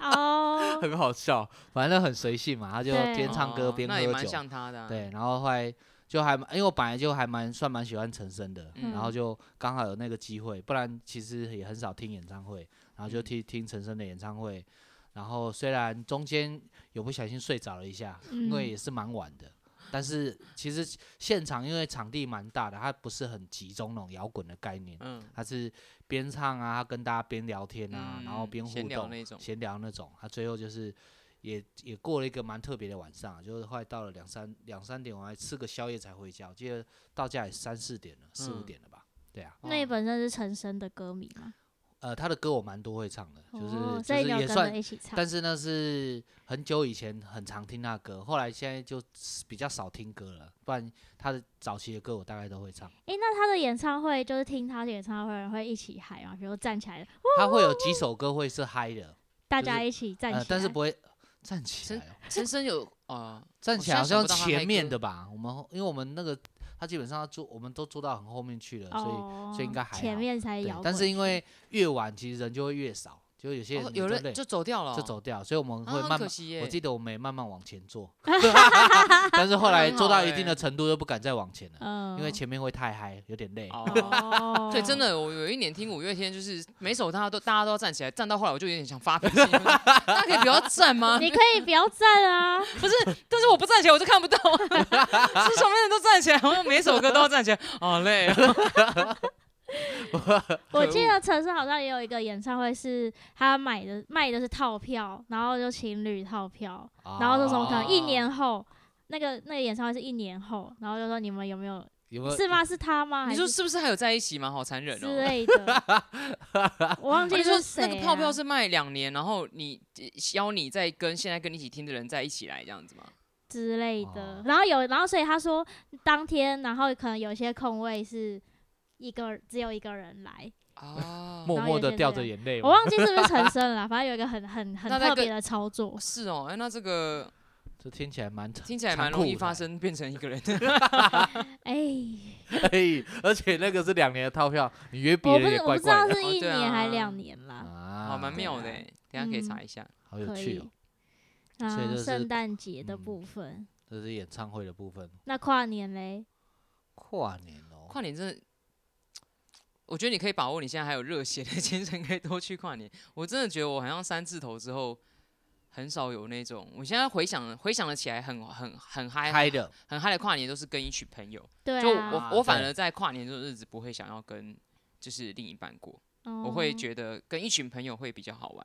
Speaker 2: 哦，
Speaker 3: [LAUGHS] 很好笑，反正很随性嘛，他就
Speaker 2: 对
Speaker 3: 边唱歌
Speaker 1: 哦
Speaker 3: 边
Speaker 1: 那也
Speaker 3: 喝
Speaker 1: 蛮
Speaker 3: 酒，
Speaker 1: 像他的啊、
Speaker 3: 对，然后后来就还蛮，因为我本来就还蛮算蛮喜欢陈升的，
Speaker 1: 嗯
Speaker 3: 然后就刚好有那个机会，不然其实也很少听演唱会，然后就
Speaker 1: 嗯
Speaker 3: 听听陈升的演唱会，然后虽然中间有不小心睡着了一下，因
Speaker 2: 嗯
Speaker 3: 为
Speaker 1: 嗯
Speaker 3: 也是蛮晚的。但是其实现场因为场地蛮大的，它不是很集中那种摇滚的概念，
Speaker 1: 嗯，
Speaker 3: 他是边唱啊，他跟大家边聊天啊，然后
Speaker 1: 嗯
Speaker 3: 边互
Speaker 1: 闲聊
Speaker 3: 动
Speaker 1: 那种
Speaker 3: 闲聊那种。他最后就是也也过了一个蛮特别的晚上啊，就是后来到了两三两三点，我还吃个宵夜才回家。我记得到家也三四点了，四五
Speaker 1: 嗯
Speaker 3: 点了吧？对啊，
Speaker 2: 那
Speaker 1: 哦
Speaker 2: 你本身是陈升的歌迷嘛，
Speaker 3: 呃，他的歌我蛮多会唱的，就是、
Speaker 2: 哦，
Speaker 3: 就
Speaker 2: 所以
Speaker 3: 是
Speaker 2: 你有
Speaker 3: 也
Speaker 2: 跟
Speaker 3: 算
Speaker 2: 着一起唱，
Speaker 3: 但是那是很久以前很常听他的歌，后来现在就比较少听歌了。不然他的早期的歌我大概都会唱，
Speaker 2: 诶，那他的演唱会就是听他的演唱会会一起嗨嘛，比如站起来，
Speaker 3: 他会有几首歌会是嗨的，
Speaker 2: 大
Speaker 3: 就是
Speaker 2: 家一起站起来，
Speaker 3: 呃，但是不会站起来哦、
Speaker 1: 陈升有啊、
Speaker 3: 站
Speaker 1: 我
Speaker 3: 起
Speaker 1: 现在
Speaker 3: 来好
Speaker 1: 想
Speaker 3: 像
Speaker 1: 不到他嗨
Speaker 3: 前面
Speaker 1: 歌
Speaker 3: 的吧。我们因为我们那个他基本上要坐，我们都坐到很后面去了，所以
Speaker 2: 哦，
Speaker 3: 所以应该还
Speaker 2: 前
Speaker 3: 好
Speaker 2: 面才
Speaker 3: 对
Speaker 2: 摇，滚区，
Speaker 3: 但是因为越晚其实人就会越少，就有些
Speaker 1: 哦
Speaker 3: 人
Speaker 1: 有
Speaker 3: 就
Speaker 1: 人
Speaker 3: 累
Speaker 1: 就走掉了哦、
Speaker 3: 就走掉，所以我们
Speaker 1: 啊，
Speaker 3: 会
Speaker 1: 很
Speaker 3: 慢慢
Speaker 1: 可惜耶。
Speaker 3: 我记得我们也慢慢往前坐，
Speaker 2: [LAUGHS]
Speaker 3: 但是后来
Speaker 1: 很
Speaker 3: 做
Speaker 1: 好
Speaker 3: 到一定
Speaker 1: 欸
Speaker 3: 的程度又不敢再往前了，
Speaker 2: 嗯，
Speaker 3: 因为前面会太嗨，有点累。
Speaker 1: 哦，
Speaker 2: 哦，
Speaker 1: 对，
Speaker 2: [LAUGHS]
Speaker 1: 真的，我有一年听五月天，就是每首他都大家都要站起来，站到后来我就有点想发脾气， [LAUGHS] 大家可以不要站
Speaker 3: [LAUGHS]
Speaker 1: 吗？
Speaker 2: 你可以不要站啊，
Speaker 1: 不是，但是我不站起来我就看不到啊， [LAUGHS] 是什么人都站起来，好像每首歌都要站起来，好累哦。
Speaker 2: 我记
Speaker 1: 可恶
Speaker 2: 得陈升好像也有一个演唱会，是他买的卖的是套票，然后就情侣套票，
Speaker 3: 啊
Speaker 2: 然后就什么可能一
Speaker 1: 哦
Speaker 2: 年后，那个那个演唱会是一年后，然后就说你们有没有
Speaker 3: 有没有
Speaker 2: 是吗？是他吗？
Speaker 1: 你
Speaker 2: 还
Speaker 1: 说
Speaker 2: 是
Speaker 1: 是不是还有在一起吗？好残忍
Speaker 2: 之
Speaker 1: 哦。
Speaker 2: 类的？我啊忘
Speaker 1: 我
Speaker 2: 记
Speaker 1: 就说
Speaker 2: 是谁、啊
Speaker 1: 那个票票。是卖两年，然后你邀你再跟现在跟你一起听的人在一起来这样子吗？
Speaker 2: 之类的
Speaker 3: 哦，
Speaker 2: 然后有，然后所以他说当天，然后可能有些空位是一个只有一个人来，
Speaker 1: [LAUGHS] 啊，
Speaker 3: 默
Speaker 2: 然后有
Speaker 3: 默的
Speaker 2: 些
Speaker 3: 掉
Speaker 2: 这
Speaker 3: 着
Speaker 2: 样
Speaker 3: 眼泪
Speaker 2: 我
Speaker 3: 吗？
Speaker 2: 忘记是不是陈升了啦，反正有一个很很很
Speaker 1: 那那
Speaker 2: 特
Speaker 1: 个
Speaker 2: 别的操作，
Speaker 1: 是哦，哎，那这个
Speaker 3: 这听起来蛮
Speaker 1: 听起来
Speaker 3: 残
Speaker 1: 蛮容
Speaker 3: 酷
Speaker 1: 易
Speaker 3: 舞
Speaker 1: 发
Speaker 3: 台
Speaker 1: 生变成一个人。
Speaker 2: 哎，
Speaker 3: 可以，而且那个是两年的套票，你约别
Speaker 2: 我不
Speaker 3: 人
Speaker 2: 是
Speaker 3: 也
Speaker 2: 我
Speaker 3: 怪
Speaker 2: 不知
Speaker 3: 怪
Speaker 2: 道
Speaker 3: 的
Speaker 2: 是一
Speaker 1: 哦对
Speaker 2: 年
Speaker 1: 啊
Speaker 2: 还两年啦，
Speaker 3: 啊
Speaker 1: 好，蛮妙的
Speaker 2: 对啊
Speaker 1: 欸，等一下可以查
Speaker 2: 嗯
Speaker 1: 一下。
Speaker 3: 好有
Speaker 2: 可
Speaker 3: 趣
Speaker 2: 以
Speaker 3: 哦。。所以
Speaker 2: 啊，
Speaker 3: 这是
Speaker 2: 圣诞节的
Speaker 3: 嗯
Speaker 2: 部分，
Speaker 3: 这是演唱会的部分，
Speaker 2: 那跨年嘞？
Speaker 3: 跨年哦，
Speaker 1: 跨年真的，我觉得你可以把握你现在还有热血的 [LAUGHS] 精神，可以多去跨年。我真的觉得我好像三字头之后很少有那种，我现在回想回想了起来很，很很嗨
Speaker 3: 嗨的
Speaker 1: 很嗨的跨年都是跟一群朋友。
Speaker 2: 对
Speaker 1: 就
Speaker 2: 啊，
Speaker 1: 我我反
Speaker 3: 对
Speaker 1: 而在跨年这种日子不会想要跟就是另一半过，我
Speaker 2: 我
Speaker 1: 会觉得跟一群朋友会比较好玩。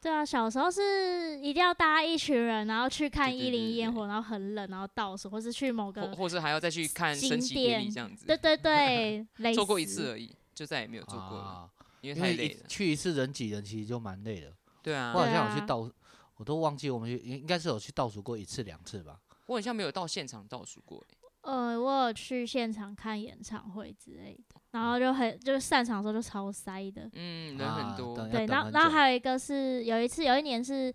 Speaker 2: 对啊，小时候是一定要搭一群人，然后去看
Speaker 1: 对对
Speaker 2: 一零
Speaker 1: 对
Speaker 2: 一
Speaker 1: 对
Speaker 2: 烟火，然后很冷，然后倒数，或是去某
Speaker 1: 或
Speaker 2: 个，
Speaker 1: 或是还要再去看
Speaker 2: 景
Speaker 1: 升旗典礼
Speaker 2: 点
Speaker 1: 这样子，
Speaker 2: 对
Speaker 1: [LAUGHS]
Speaker 2: 对对，累
Speaker 1: 做过一
Speaker 2: 死
Speaker 1: 次而已，就再也没有做过了，
Speaker 3: 啊，
Speaker 1: 因为
Speaker 3: 因
Speaker 1: 太
Speaker 3: 为
Speaker 1: 累
Speaker 3: 一
Speaker 1: 了。
Speaker 3: 去一次人挤人，其实就蛮累的。
Speaker 1: 对啊
Speaker 3: 我，好
Speaker 2: 对
Speaker 3: 像有
Speaker 2: 啊
Speaker 3: 去倒，我都忘记我们去，应应该是有去倒数过一次两次吧。
Speaker 1: 我好像没有到现场倒数过欸、
Speaker 2: 呃，我有去现场看演唱会之类的，然后就很就是散场的时候就超塞的。
Speaker 1: 嗯，人
Speaker 3: 啊
Speaker 1: 很多。
Speaker 3: 等要
Speaker 2: 对，
Speaker 3: 等
Speaker 2: 然后
Speaker 3: 很
Speaker 2: 然后
Speaker 3: 久
Speaker 2: 还有一个是有一次有一年是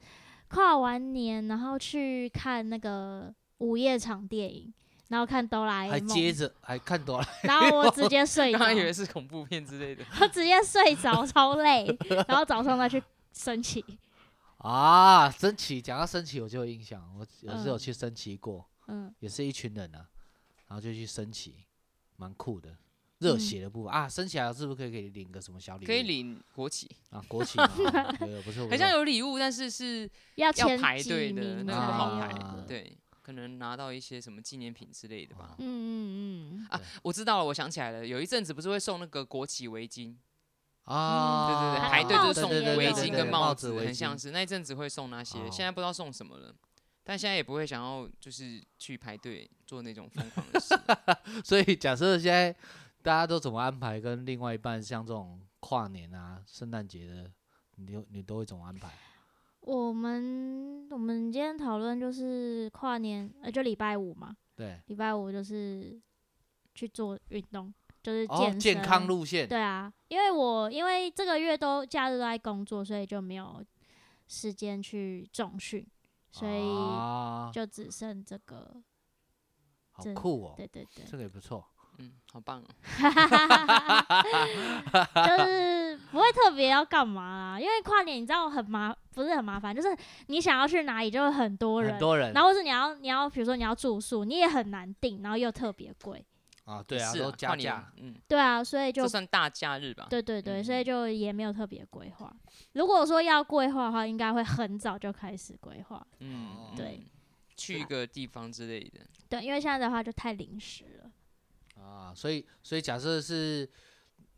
Speaker 2: 跨完年，然后去看那个午夜场电影，然后看哆啦
Speaker 3: 还
Speaker 2: A
Speaker 3: 接
Speaker 2: 梦，
Speaker 3: 着还看多了，
Speaker 2: 然后我直接
Speaker 1: [LAUGHS]
Speaker 2: 睡
Speaker 1: 刚
Speaker 2: 着，
Speaker 1: 刚以为是恐怖片之类的，
Speaker 2: 我直接睡着，超累，
Speaker 1: [LAUGHS]
Speaker 2: 然后早上再去升旗。
Speaker 3: 啊，升旗，讲到升旗我就有印象，我我是有
Speaker 2: 嗯
Speaker 3: 去升旗过，
Speaker 2: 嗯，
Speaker 3: 也是一群人啊，然后就去升旗，蛮酷的。热
Speaker 2: 嗯
Speaker 3: 血的部分、啊，升旗啊是不是可以给你领个什么小礼物？
Speaker 1: 可以领国旗，
Speaker 3: 啊，国旗
Speaker 2: [LAUGHS]
Speaker 3: 嘛，啊有有不错，不
Speaker 1: 好像
Speaker 3: 错
Speaker 1: 有礼物，但是是
Speaker 2: 要
Speaker 1: 要
Speaker 2: 前
Speaker 1: 排
Speaker 2: 几
Speaker 1: 队的，
Speaker 2: 名
Speaker 1: 那
Speaker 2: 才
Speaker 1: 个不好
Speaker 2: 有
Speaker 1: 排
Speaker 3: 啊哦
Speaker 2: 的。
Speaker 1: 对，可能拿到一些什么纪念品之类的吧。
Speaker 2: 嗯嗯嗯，
Speaker 1: 我知道了，我想起来了，有一阵子不是会送那个国旗围巾，嗯对
Speaker 3: 啊，
Speaker 1: 对对，排
Speaker 2: 还
Speaker 1: 队
Speaker 2: 帽
Speaker 1: 就是
Speaker 2: 子
Speaker 1: 送
Speaker 3: 对对对
Speaker 1: 围
Speaker 3: 对
Speaker 1: 巾
Speaker 3: 对
Speaker 1: 跟
Speaker 3: 对
Speaker 1: 帽
Speaker 3: 子，围
Speaker 1: 很像
Speaker 3: 巾
Speaker 1: 是那一阵子会送那些，
Speaker 3: 哦
Speaker 1: 现在不知道送什么了。但现在也不会想要，就是去排队做那种疯狂的
Speaker 3: [LAUGHS]
Speaker 1: 事。
Speaker 3: 所以假设现在大家都怎么安排，跟另外一半像这种跨年啊、圣诞节的，你有你都会怎么安排？
Speaker 2: 我们我们今天讨论就是跨年，呃，就礼拜五嘛，
Speaker 3: 对，
Speaker 2: 礼拜五就是去做运动，就是
Speaker 3: 哦，
Speaker 2: 健
Speaker 3: 健康
Speaker 2: 身
Speaker 3: 路线，
Speaker 2: 对啊，因为我因为这个月都假日都在工作，所以就没有时间去重训，所
Speaker 1: 哦
Speaker 2: 以
Speaker 3: 啊，
Speaker 2: 就只剩这个。
Speaker 3: 好
Speaker 2: 真
Speaker 3: 酷哦，
Speaker 2: 对对对，
Speaker 3: 这个也不错。
Speaker 1: 嗯，好棒哦！
Speaker 2: 就是不会特别要干嘛啦，因为跨年你知道很麻，不是很麻烦，就是你想要去哪里就会很多人，
Speaker 3: 很多人
Speaker 2: 然后或是你要你要比如说你要住宿，你也很难订，然后又特别贵，
Speaker 3: 啊，对啊，
Speaker 1: 是
Speaker 3: 都
Speaker 1: 跨
Speaker 3: 加
Speaker 1: 年
Speaker 3: 价，
Speaker 1: 嗯，
Speaker 2: 对啊，所以就
Speaker 1: 这算大假日吧？
Speaker 2: 对对对，所以
Speaker 1: 嗯
Speaker 2: 就也没有特别规划。如果说要规划的话，应该会很早就开始规划，
Speaker 3: 哦
Speaker 1: 嗯，
Speaker 2: 对
Speaker 1: 嗯，去一个地方之类的，
Speaker 2: 对，因为现在的话就太临时了。
Speaker 3: 啊，所以所以假设是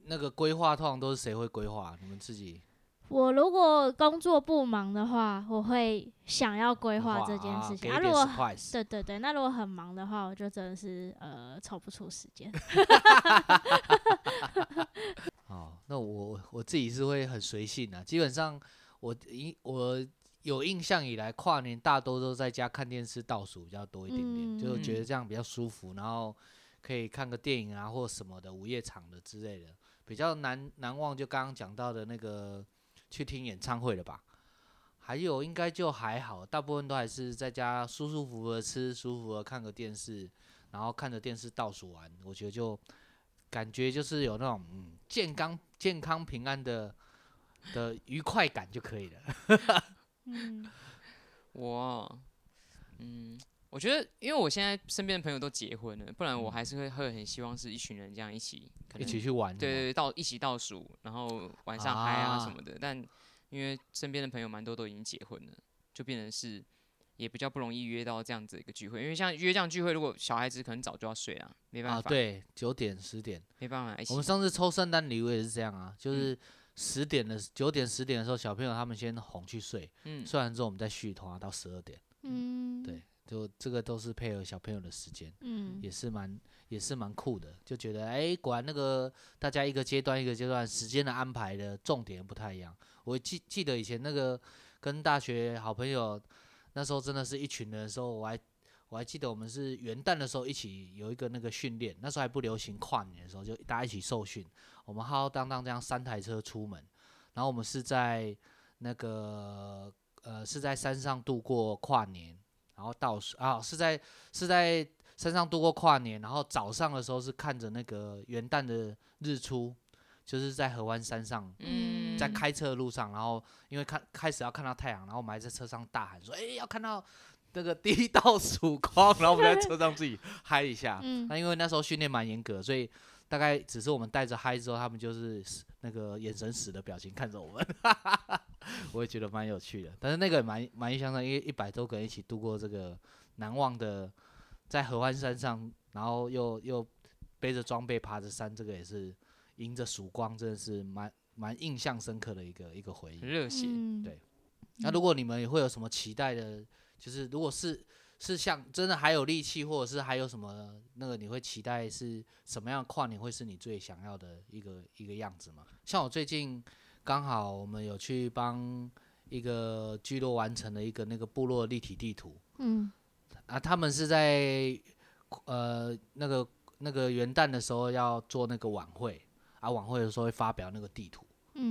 Speaker 3: 那个规划，通常都是谁会规划？你们自己
Speaker 2: 我如果工作不忙的话，我会想要规划这件事情。
Speaker 3: 啊、
Speaker 2: 啊，
Speaker 3: 给
Speaker 2: 如
Speaker 3: 一点
Speaker 2: 果
Speaker 3: surprise
Speaker 2: 对对对，那如果很忙的话，我就真的是呃抽不出时间。
Speaker 3: 哦，那我我自己是会很随性的、基本上我一我有印象以来，跨年大多都在家看电视倒数比较多一点点，
Speaker 2: 嗯
Speaker 3: 就觉得这样比较舒服，然后可以看个电影啊或什么的午夜场的之类的，比较难难忘就刚刚讲到的那个去听演唱会了吧。还有应该就还好，大部分都还是在家舒舒服服的吃，舒服的看个电视，然后看着电视倒数完，我觉得就感觉就是有那种嗯健康健康平安的的愉快感就可以了。 [LAUGHS]
Speaker 2: 嗯，
Speaker 1: 我，嗯，我觉得，因为我现在身边的朋友都结婚了，不然
Speaker 3: 嗯
Speaker 1: 我还是会会很希望是一群人这样一起，可
Speaker 3: 一
Speaker 1: 能
Speaker 3: 起去玩，
Speaker 1: 对对，对，倒一起倒数，然后晚上嗨啊什
Speaker 3: 啊
Speaker 1: 么的。但因为身边的朋友蛮多都已经结婚了，就变成是也比较不容易约到这样子一个聚会。因为像约这样聚会，如果小孩子可能早就要睡了，没办
Speaker 3: 啊，
Speaker 1: 法，哎
Speaker 3: 对，九点十点，
Speaker 1: 没办法一起
Speaker 3: 我们。上次抽圣诞礼物也是这样
Speaker 1: 嗯
Speaker 3: 啊，就是十点的九点十点的时候，小朋友他们先哄去睡，
Speaker 1: 嗯，
Speaker 3: 睡完之后我们再续通啊到十二点，
Speaker 2: 嗯，
Speaker 3: 对，就这个都是配合小朋友的时间。
Speaker 2: 嗯，
Speaker 3: 也是蛮也是蛮酷的，就觉得哎、果然那个大家一个阶段一个阶段时间的安排的重点不太一样。我记记得以前那个跟大学好朋友那时候真的是一群人的时候，我还我还记得我们是元旦的时候一起有一个那个训练，那时候还不流行跨年的时候，就大家一起受训，我们浩浩荡荡这样三台车出门，然后我们是在那个呃是在山上度过跨年。然后倒数啊，是在是在山上度过跨年，然后早上的时候是看着那个元旦的日出，就是在合欢山上，
Speaker 1: 嗯，
Speaker 3: 在开车的路上，然后因为看开始要看到太阳，然后我们还在车上大喊说：“哎、要看到那个第一道曙光！” [LAUGHS] 然后我们在车上自己嗨一下。
Speaker 2: 嗯
Speaker 3: 那因为那时候训练蛮严格，所以大概只是我们带着嗨之后，他们就是死那个眼神死的表情看着我们， [LAUGHS] 我也觉得蛮有趣的。但是那个也蛮蛮印象深，因为一百多个人一起度过这个难忘的，在合欢山上，然后又又背着装备爬着山，这个也是迎着曙光，真的是蛮蛮印象深刻的一个一个回忆。
Speaker 1: 很热血。
Speaker 2: 嗯
Speaker 3: 对那如果你们会有什么期待的，就是如果是是像真的还有力气，或者是还有什么那个，你会期待是什么样的跨年会是你最想要的一个一个样子吗？像我最近刚好我们有去帮一个聚落完成了一个那个部落立体地图，
Speaker 2: 嗯
Speaker 3: 啊，他们是在呃那个那个元旦的时候要做那个晚会啊，晚会的时候会发表那个地图。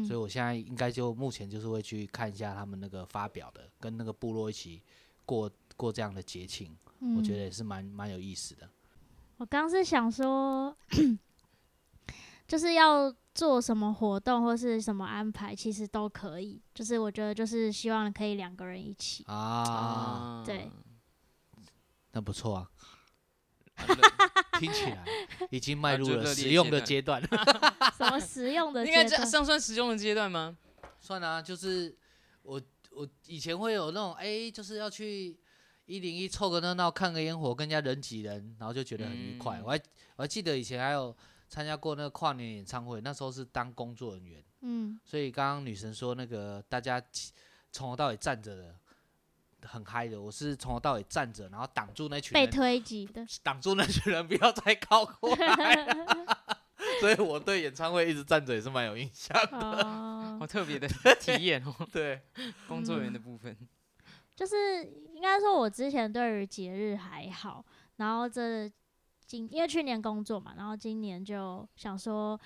Speaker 3: 所以
Speaker 2: 嗯
Speaker 3: 我现在应该就目前就是会去看一下他们那个发表的，跟那个部落一起过过这样的节庆，
Speaker 2: 嗯，
Speaker 3: 我觉得也是蛮蛮有意思的。
Speaker 2: 我刚是想说，就是要做什么活动或是什么安排，其实都可以。就是我觉得，就是希望可以两个人一起。
Speaker 3: 啊，
Speaker 1: 啊
Speaker 2: 对，
Speaker 3: 那不
Speaker 2: [LAUGHS]
Speaker 3: 错啊，
Speaker 1: 啊热
Speaker 3: 听起来已经迈
Speaker 1: 啊
Speaker 3: 入
Speaker 1: 就
Speaker 3: 了
Speaker 1: 热
Speaker 3: [LAUGHS]
Speaker 1: 烈
Speaker 3: 实
Speaker 1: 阶
Speaker 3: 用的
Speaker 1: 段
Speaker 3: 阶段。
Speaker 2: 什么实用的
Speaker 1: 应该
Speaker 2: 阶
Speaker 1: 这
Speaker 2: 段？
Speaker 1: 上算实用的阶段吗？
Speaker 3: 算啊，就是我我以前会有那种哎、就是要去一零一凑个热闹，看个烟火，跟人家人挤人，然后就觉得很愉快。
Speaker 1: 嗯
Speaker 3: 我还我还记得以前还有参加过那个跨年演唱会，那时候是当工作人员。
Speaker 2: 嗯
Speaker 3: 所以刚刚女神说那个大家起从头到尾站着的，很嗨的，我是从头到尾站着，然后挡住那群
Speaker 2: 被
Speaker 3: 人，
Speaker 2: 推挤的。
Speaker 3: [LAUGHS] 挡住那群人不要再靠过 [LAUGHS] 来。所以我对演唱会一直站着也是蛮有印
Speaker 2: [LAUGHS]
Speaker 3: 象。
Speaker 2: [LAUGHS]
Speaker 3: 啊
Speaker 2: 哦，
Speaker 1: 好特别的体验哦，
Speaker 3: [LAUGHS] 对，
Speaker 1: 工作人员的部分。
Speaker 2: 就是应该说，我之前对于节日还好，然后这今因为去年工作嘛，然后今年就想说，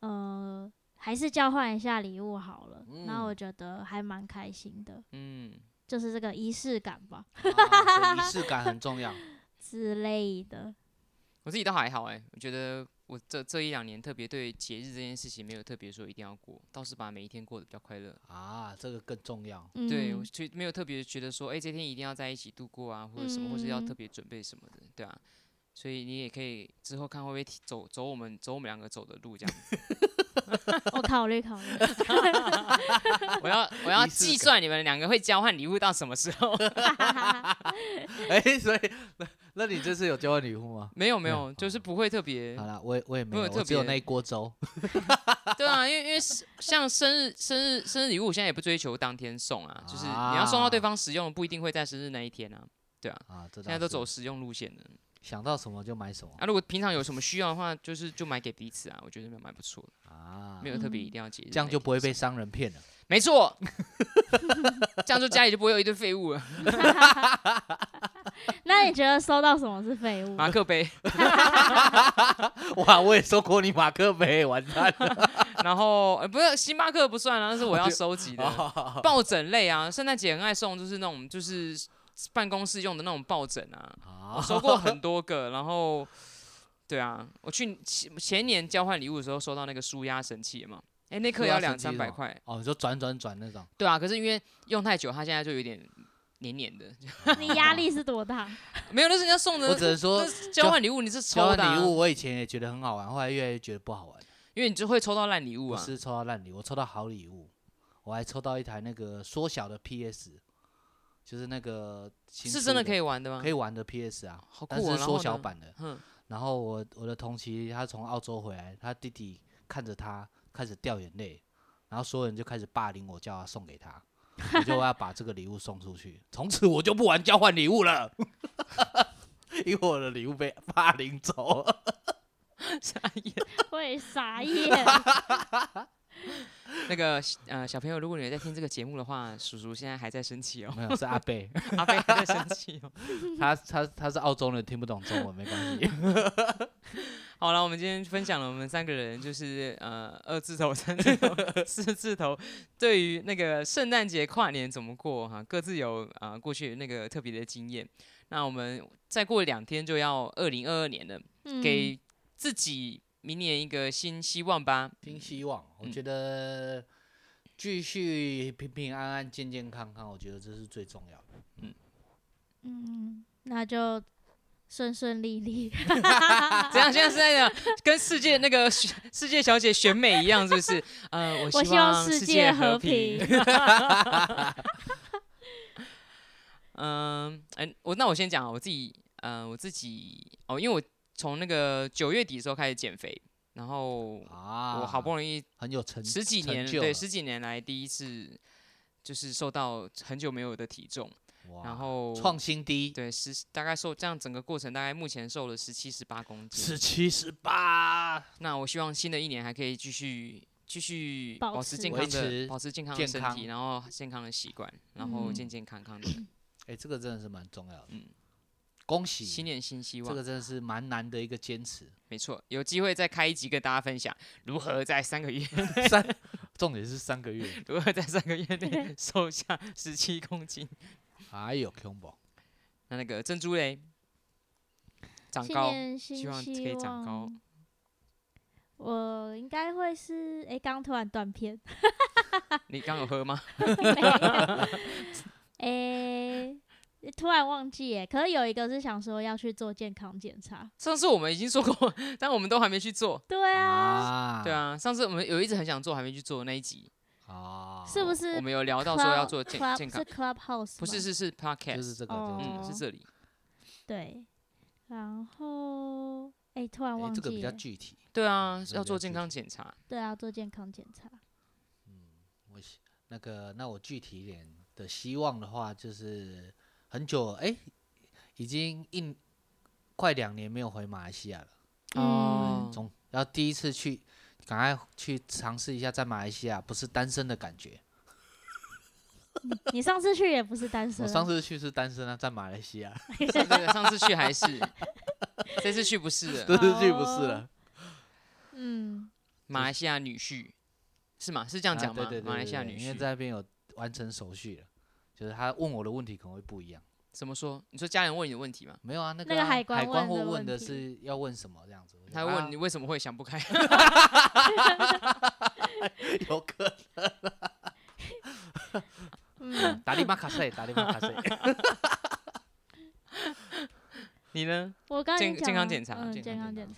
Speaker 2: 呃，还是交换一下礼物好了。然后我
Speaker 3: 嗯
Speaker 2: 觉得还蛮开心的。
Speaker 1: 嗯，
Speaker 2: 就是这个仪式感吧
Speaker 3: 啊所以仪式感很重要。
Speaker 2: 之类的。
Speaker 1: 我自己倒还好哎、我觉得我这这一两年特别对节日这件事情没有特别说一定要过，倒是把每一天过得比较快乐。
Speaker 3: 啊，这个更重要。 [LAUGHS]
Speaker 2: 嗯
Speaker 1: 对，我觉没有特别觉得说，哎、这天一定要在一起度过啊，或者什么，或是要
Speaker 2: 嗯
Speaker 1: 特别准备什么的，对啊。所以你也可以之后看会不会提走走我们走我们两个走的路这样子。
Speaker 2: 我考虑考虑。
Speaker 1: [LAUGHS] 我要我要
Speaker 3: 仪式
Speaker 1: 计
Speaker 3: 感
Speaker 1: 算你们两个会交换礼物到什么时候。 [LAUGHS]
Speaker 3: 哎、所以那那你这次有交换礼物吗？
Speaker 1: 没有没有，就是不会特别
Speaker 3: 好啦，我也我也没
Speaker 1: 没
Speaker 3: 有，
Speaker 1: 有特
Speaker 3: 我只有
Speaker 1: 别
Speaker 3: 那一锅粥。
Speaker 1: [LAUGHS] 对啊，因为因为是像生日生日生日礼物，我现在也不追求当天送啊，就是你要送到对
Speaker 3: 啊
Speaker 1: 方使用，不一定会在生日那一天啊。对啊，
Speaker 3: 啊，这
Speaker 1: 现在都走
Speaker 3: 是
Speaker 1: 实用路线的
Speaker 3: 想到什么就买什么
Speaker 1: 啊。如果平常有什么需要的话，就是就买给彼此啊，我觉得蛮不错的，
Speaker 3: 啊
Speaker 1: 没，有特别
Speaker 2: 嗯
Speaker 1: 一定要节日
Speaker 3: 这样
Speaker 1: 那一
Speaker 3: 就
Speaker 1: 天
Speaker 3: 不会被
Speaker 1: 送
Speaker 3: 商人骗了。 [LAUGHS]
Speaker 1: 没错，这样就家里就不会有一堆废物了。
Speaker 2: 那你觉得收到什么是废物？
Speaker 1: 马克杯，
Speaker 3: 哇，我也收过你马克杯，完蛋了。 [LAUGHS]
Speaker 1: 然后、呃不是星巴克不算啊，那是我要
Speaker 3: 就
Speaker 1: 收集的
Speaker 3: 哦
Speaker 1: 抱枕类啊，圣诞节很爱送，就是那种就是办公室用的那种抱枕啊。我
Speaker 3: [LAUGHS] 啊，
Speaker 1: 收过很多个， [LAUGHS] 然后对啊，我去前前年交换礼物的时候收到那个舒压神器嘛，哎、那
Speaker 3: 舒
Speaker 1: 颗
Speaker 3: 压
Speaker 1: 要两
Speaker 3: 神器
Speaker 1: 三
Speaker 3: 是
Speaker 1: 百
Speaker 3: 什么
Speaker 1: 块，
Speaker 3: 哦，你说转转转那种，
Speaker 1: [LAUGHS] 对啊，可是因为用太久，它现在就有点黏黏的， [LAUGHS]
Speaker 2: 你压力是多大？ [LAUGHS]
Speaker 1: 没有，那是人家送的，
Speaker 3: [LAUGHS] 我只能说
Speaker 1: 那是交换礼物你是
Speaker 3: 交
Speaker 1: 抽
Speaker 3: 换
Speaker 1: 的、啊
Speaker 3: 礼物，，我以前也觉得很好玩，后来越来越觉得不好玩。
Speaker 1: 因为你就会抽到烂礼物
Speaker 3: 我
Speaker 1: 啊，
Speaker 3: 是抽到烂礼物，我抽到好礼物，我还抽到一台那个缩小的 PS，就是那个新
Speaker 1: 是
Speaker 3: 出
Speaker 1: 真的可以玩的吗？
Speaker 3: 可以玩的 PS 啊，
Speaker 1: 好酷
Speaker 3: 但
Speaker 1: 哦
Speaker 3: 是
Speaker 1: 然
Speaker 3: 缩
Speaker 1: 后
Speaker 3: 小
Speaker 1: 呢
Speaker 3: 版的。
Speaker 1: 哼，
Speaker 3: 然后我我的同期他从澳洲回来，他弟弟看着他开始掉眼泪，然后所有人就开始霸凌我，叫他送给他，我就要把这个礼物送出去，从此我就不玩交换礼物了， [LAUGHS] 因为我的礼物被霸凌走了。
Speaker 1: [LAUGHS] 傻眼。[LAUGHS]
Speaker 2: 会傻眼。
Speaker 1: 那个呃，小朋友，如果你有在听这个节目的话，叔叔现在还在生气哦，
Speaker 3: 没有，是阿贝，
Speaker 1: 阿贝还在生气哦。
Speaker 3: [LAUGHS] 他他他是澳洲人，听不懂中文没关 [LAUGHS] 系。
Speaker 1: 好了，我们今天分享了我们三个人，就是呃二字头、三字头、四字头，对于那个圣诞节、跨年怎么过哈、各自有啊、呃过去那个特别的经验。那我们再过两天就要二零二二年了，
Speaker 2: 嗯
Speaker 1: 给自己明年一个新希望吧。
Speaker 3: 拼希望，我
Speaker 1: 嗯
Speaker 3: 觉得继续平平安安、健健康康，我觉得这是最重要的。
Speaker 2: 嗯，那就顺顺利利。
Speaker 1: [LAUGHS] 怎样？现在是在讲跟世界那个选世界小姐选美一样，是不是？呃，我
Speaker 2: 我
Speaker 1: 希
Speaker 2: 希望
Speaker 1: 望
Speaker 2: 世
Speaker 1: 界
Speaker 2: 界和
Speaker 1: 平 [LAUGHS]
Speaker 2: 平。 [LAUGHS]
Speaker 1: 嗯，哎、我那我先讲啊，我自己，嗯、我自己哦，因为我从那个九月底的时候开始减肥，然后
Speaker 3: 啊，
Speaker 1: 我好不容易
Speaker 3: 很有成
Speaker 1: 十几
Speaker 3: 成
Speaker 1: 年，
Speaker 3: 就
Speaker 1: 对，
Speaker 3: 了
Speaker 1: 十几年来第一次就是瘦到很久没有的体重，
Speaker 3: 哇
Speaker 1: 然后
Speaker 3: 创新低，
Speaker 1: 对十大概瘦这样整个过程大概目前瘦了十七十八公斤，
Speaker 3: 十七十八，
Speaker 1: 那我希望新的一年还可以继续继续
Speaker 2: 保
Speaker 1: 保持
Speaker 2: 持
Speaker 1: 健
Speaker 3: 维
Speaker 1: 康的
Speaker 3: 持
Speaker 1: 保持健康的
Speaker 3: 健
Speaker 1: 身
Speaker 3: 康
Speaker 1: 体，然后健康的习惯，然后健
Speaker 3: 嗯
Speaker 1: 健康康的。
Speaker 3: [CLEARS THROAT] 哎，这个真的是蛮重要的。
Speaker 1: 嗯
Speaker 3: 恭喜，
Speaker 1: 新年新希
Speaker 3: 这
Speaker 1: 望，
Speaker 3: 个真的是蛮难的一个
Speaker 1: [LAUGHS]
Speaker 3: 坚持。
Speaker 1: 没错，有机会再开一集跟大家分享如何在三个月
Speaker 3: 三，重点是三个月。
Speaker 1: 如何在三个月
Speaker 2: [LAUGHS]
Speaker 1: 内瘦下十七公斤。
Speaker 3: 哎呦，combo，
Speaker 1: 那那个珍珠嘞，长
Speaker 2: [LAUGHS] 新
Speaker 1: 高，
Speaker 2: 年新
Speaker 1: 希望可以长高。
Speaker 2: 我应该会是哎，刚、突然断片， [LAUGHS]
Speaker 1: 你刚有喝吗？ [LAUGHS]
Speaker 2: 哎、突然忘记哎。可是有一个是想说要去做健康检查，
Speaker 1: 上次我们已经说过， [LAUGHS] 但我们都还没去做。
Speaker 2: 对啊，
Speaker 3: 啊
Speaker 1: 对，啊，上次我们有一直很想做，还没去做那一集，
Speaker 3: 啊，
Speaker 2: 是不是
Speaker 1: 我们有聊到说要
Speaker 2: club-
Speaker 1: 做健
Speaker 2: club-
Speaker 1: 健康
Speaker 2: 是，Clubhouse，
Speaker 1: 不是
Speaker 2: 吗
Speaker 1: 是是 podcast，
Speaker 3: 就是这个，
Speaker 2: 哦
Speaker 3: 就
Speaker 1: 嗯，是
Speaker 3: 是这个
Speaker 1: 这里。
Speaker 2: 对，然后哎、突然
Speaker 3: 哎
Speaker 2: 忘，记
Speaker 3: 这个比较
Speaker 2: 了
Speaker 3: 具体。
Speaker 1: 对啊，
Speaker 3: 这
Speaker 1: 要
Speaker 3: 比较
Speaker 1: 做
Speaker 3: 具
Speaker 1: 健
Speaker 3: 体
Speaker 1: 康检查。
Speaker 2: 对啊，做健康检查。
Speaker 3: 我希那个，那我具体一点的希望的话，就是很久哎、已经一快两年没有回马来西亚了，
Speaker 1: 哦
Speaker 3: 总要第一次去，赶快去尝试一下在马来西亚不是单身的感觉。
Speaker 2: 你上次去也不是单身
Speaker 3: 我
Speaker 2: 啊，
Speaker 3: 上次去是单身啊，在马来
Speaker 1: [LAUGHS]
Speaker 3: 西亚，
Speaker 1: 上次上次去还是，这次去不是了
Speaker 3: 这次去不是
Speaker 2: 哦
Speaker 3: 了，
Speaker 1: [LAUGHS]
Speaker 2: 嗯，
Speaker 1: 马来西亚女婿，是吗？是这样
Speaker 3: 啊
Speaker 1: 讲吗？
Speaker 3: 对对对
Speaker 1: 马来西亚
Speaker 3: 对
Speaker 1: 女
Speaker 3: 因为
Speaker 1: 婿
Speaker 3: 在那边有完成手续了，就是他问我的问题可能会不一样。
Speaker 1: 怎么说？你说家人问你的问题吗？
Speaker 3: 没有啊，那
Speaker 2: 那个
Speaker 3: 啊
Speaker 2: 海
Speaker 3: 海
Speaker 2: 关
Speaker 3: 关
Speaker 2: 问
Speaker 3: 会
Speaker 2: 的问
Speaker 3: 问的
Speaker 2: 题
Speaker 3: 是要问什么这样子，我就
Speaker 1: 他会
Speaker 3: 啊
Speaker 1: 问你为什么会想不开，
Speaker 3: 有可能
Speaker 1: [LAUGHS]
Speaker 2: 嗯，
Speaker 3: 打你马卡塞，打你马卡塞，
Speaker 1: 你呢？
Speaker 2: 我刚才
Speaker 1: 健
Speaker 2: 讲
Speaker 1: 健康
Speaker 2: 了
Speaker 1: 检查
Speaker 2: 嗯，
Speaker 3: 健
Speaker 2: 健
Speaker 3: 康
Speaker 2: 康
Speaker 3: 检
Speaker 2: 检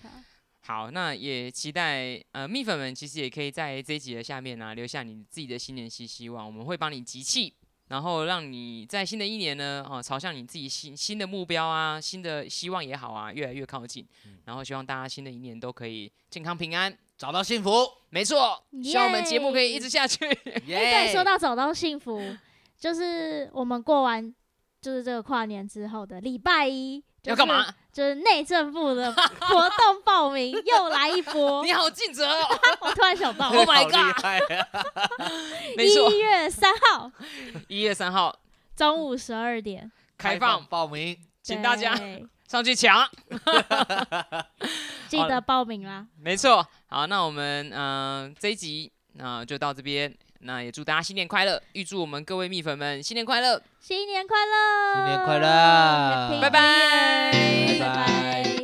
Speaker 2: 查，
Speaker 1: 好，那也期待呃蜜粉们其实也可以在这一集的下面呢、啊留下你自己的新年新希望，我们会帮你集气，然后让你在新的一年呢啊、朝向你自己新新的目标啊、新的希望也好啊，越来越靠近。然后希望大家新的一年都可以健康平安。
Speaker 3: 嗯找到幸福，
Speaker 1: 没错，希望我们节目可以一直下
Speaker 3: [LAUGHS]
Speaker 1: 去。
Speaker 2: 哎，对，
Speaker 3: 耶
Speaker 2: 说！到找到幸福，就是我们过完就是这个跨年之后的礼拜一，就
Speaker 1: 要干
Speaker 2: 是
Speaker 1: 嘛？
Speaker 2: 就是内政部的活动报
Speaker 1: [LAUGHS]
Speaker 2: 名又来一波，
Speaker 1: 你好尽责
Speaker 2: [LAUGHS]
Speaker 1: 哦！，
Speaker 2: 我突然想到
Speaker 1: Oh my
Speaker 3: [LAUGHS] 好厉害啊
Speaker 1: 没错
Speaker 2: 一，月三号
Speaker 1: 一月三号
Speaker 2: 中午十二点，
Speaker 1: [LAUGHS] 开
Speaker 3: 放
Speaker 1: 放，
Speaker 3: 报名，
Speaker 1: 请大家
Speaker 2: 对
Speaker 1: 上去抢。
Speaker 2: 记得报名啦。
Speaker 1: 没错，好，那我们嗯、呃这一集那、呃就到这边，那也祝大家新年快乐，预祝我们各位蜜粉们新年快乐，
Speaker 2: 新年快乐！
Speaker 3: 新年快乐
Speaker 2: Happy
Speaker 1: 拜拜
Speaker 2: New Year
Speaker 3: 拜拜
Speaker 2: 拜拜